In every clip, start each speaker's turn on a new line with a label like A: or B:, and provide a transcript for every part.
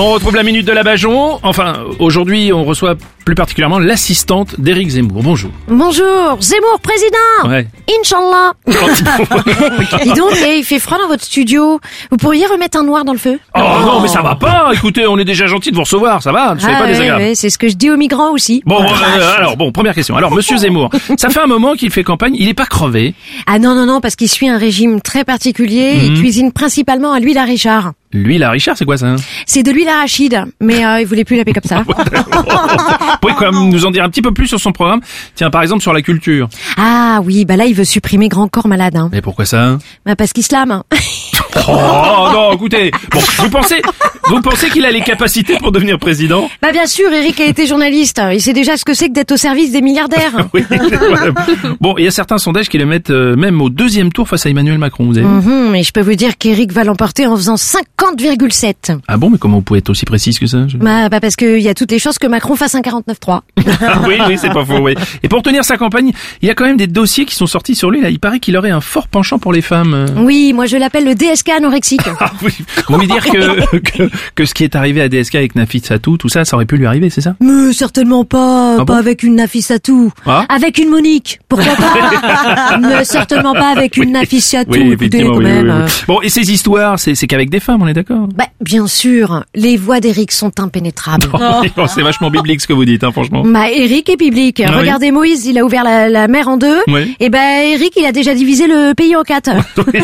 A: On retrouve la minute de la Bajon. Enfin, aujourd'hui, on reçoit plus particulièrement l'assistante d'Éric Zemmour. Bonjour.
B: Bonjour, Zemmour, président
A: Ouais.
B: Inch'Allah Dis donc, eh, il fait froid dans votre studio. Vous pourriez remettre un noir dans le feu
A: Oh, non, mais ça va pas. Écoutez, on est déjà gentil de vous recevoir, ça va. Ne soyez
B: Ah
A: pas
B: ouais,
A: désagréable.
B: ouais, c'est ce que je dis aux migrants aussi.
A: Bon, euh, alors bon, première question. Alors, Monsieur Zemmour, ça fait un moment qu'il fait campagne. Il est pas crevé.
B: Ah non, non, non, parce qu'il suit un régime très particulier.
A: Mhm.
B: Il cuisine principalement à l'huile à Richard.
A: Lui, la Richard, c'est quoi ça hein
B: C'est de l'huile arachide, mais euh, il voulait plus l'appeler
A: Ah
B: comme ça.
A: Vous pouvez quand même nous en dire un petit peu plus sur son programme. Tiens, par exemple, sur la culture.
B: Ah oui, bah là, il veut supprimer Grand Corps Malade. Hein.
A: Mais pourquoi ça
B: Bah, parce qu'islam. hein.
A: Oh non, écoutez. Bon, vous pensez, vous pensez qu'il a les capacités pour devenir président
B: bah bien sûr, Eric a été journaliste. Il sait déjà ce que c'est que d'être au service des milliardaires.
A: Oui. bon, il y a certains sondages qui le mettent euh, même au deuxième tour face à Emmanuel Macron. Vous avez vu
B: Mhm, et je peux vous dire qu'Eric va l'emporter en faisant 50,7.
A: Ah bon, mais comment vous pouvez être aussi précise que ça je-
B: Bah, bah parce qu'il y a toutes les chances que Macron fasse un 49-3.
A: Ah Oui, oui, c'est pas faux. Oui. Et pour tenir sa campagne, il y a quand même des dossiers qui sont sortis sur lui. Là, il paraît qu'il aurait un fort penchant pour les femmes. euh.
B: Oui, moi je l'appelle le DSK anorexique.
A: Ah oui. Vous voulez dire que, que que ce qui est arrivé à DSK avec Nafit Satou, tout ça, ça aurait pu lui arriver, c'est ça
B: Mais certainement pas,
A: Ah
B: pas
A: bon
B: avec une Nafissatou.
A: Ah.
B: Avec une Monique, pourquoi pas Mais certainement pas avec une Nafissatou, écoutez
A: effectivement,
B: quand
A: oui, oui,
B: même.
A: oui, oui.
B: euh.
A: Bon, et ces histoires, c'est c'est qu'avec des femmes, on est d'accord
B: Bah, bien sûr, les voix d'Eric sont impénétrables.
A: Oui, bon, Oh, C'est vachement biblique ce que vous dites, hein, franchement.
B: Bah, Eric est biblique.
A: Ah oui.
B: Regardez Moïse, il a ouvert la, la mer en deux.
A: Oui.
B: Et ben Eric, il a déjà divisé le pays en quatre.
A: Oui,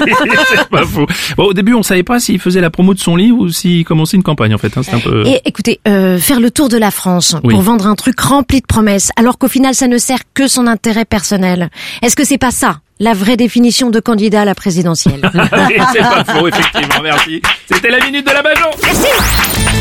A: c'est pas faux. Bon, au début, on savait pas s'il faisait la promo de son livre ou s'il commençait une campagne, en fait. Hein, c'est un peu...
B: Et écoutez, euh, faire le tour de la France
A: Oui.
B: pour vendre un truc rempli de promesses, alors qu'au final ça ne sert que son intérêt personnel. Est-ce que c'est pas ça la vraie définition de candidat à la présidentielle
A: Oui, c'est pas faux, effectivement. Merci. C'était la minute de la Bajon.
B: Merci.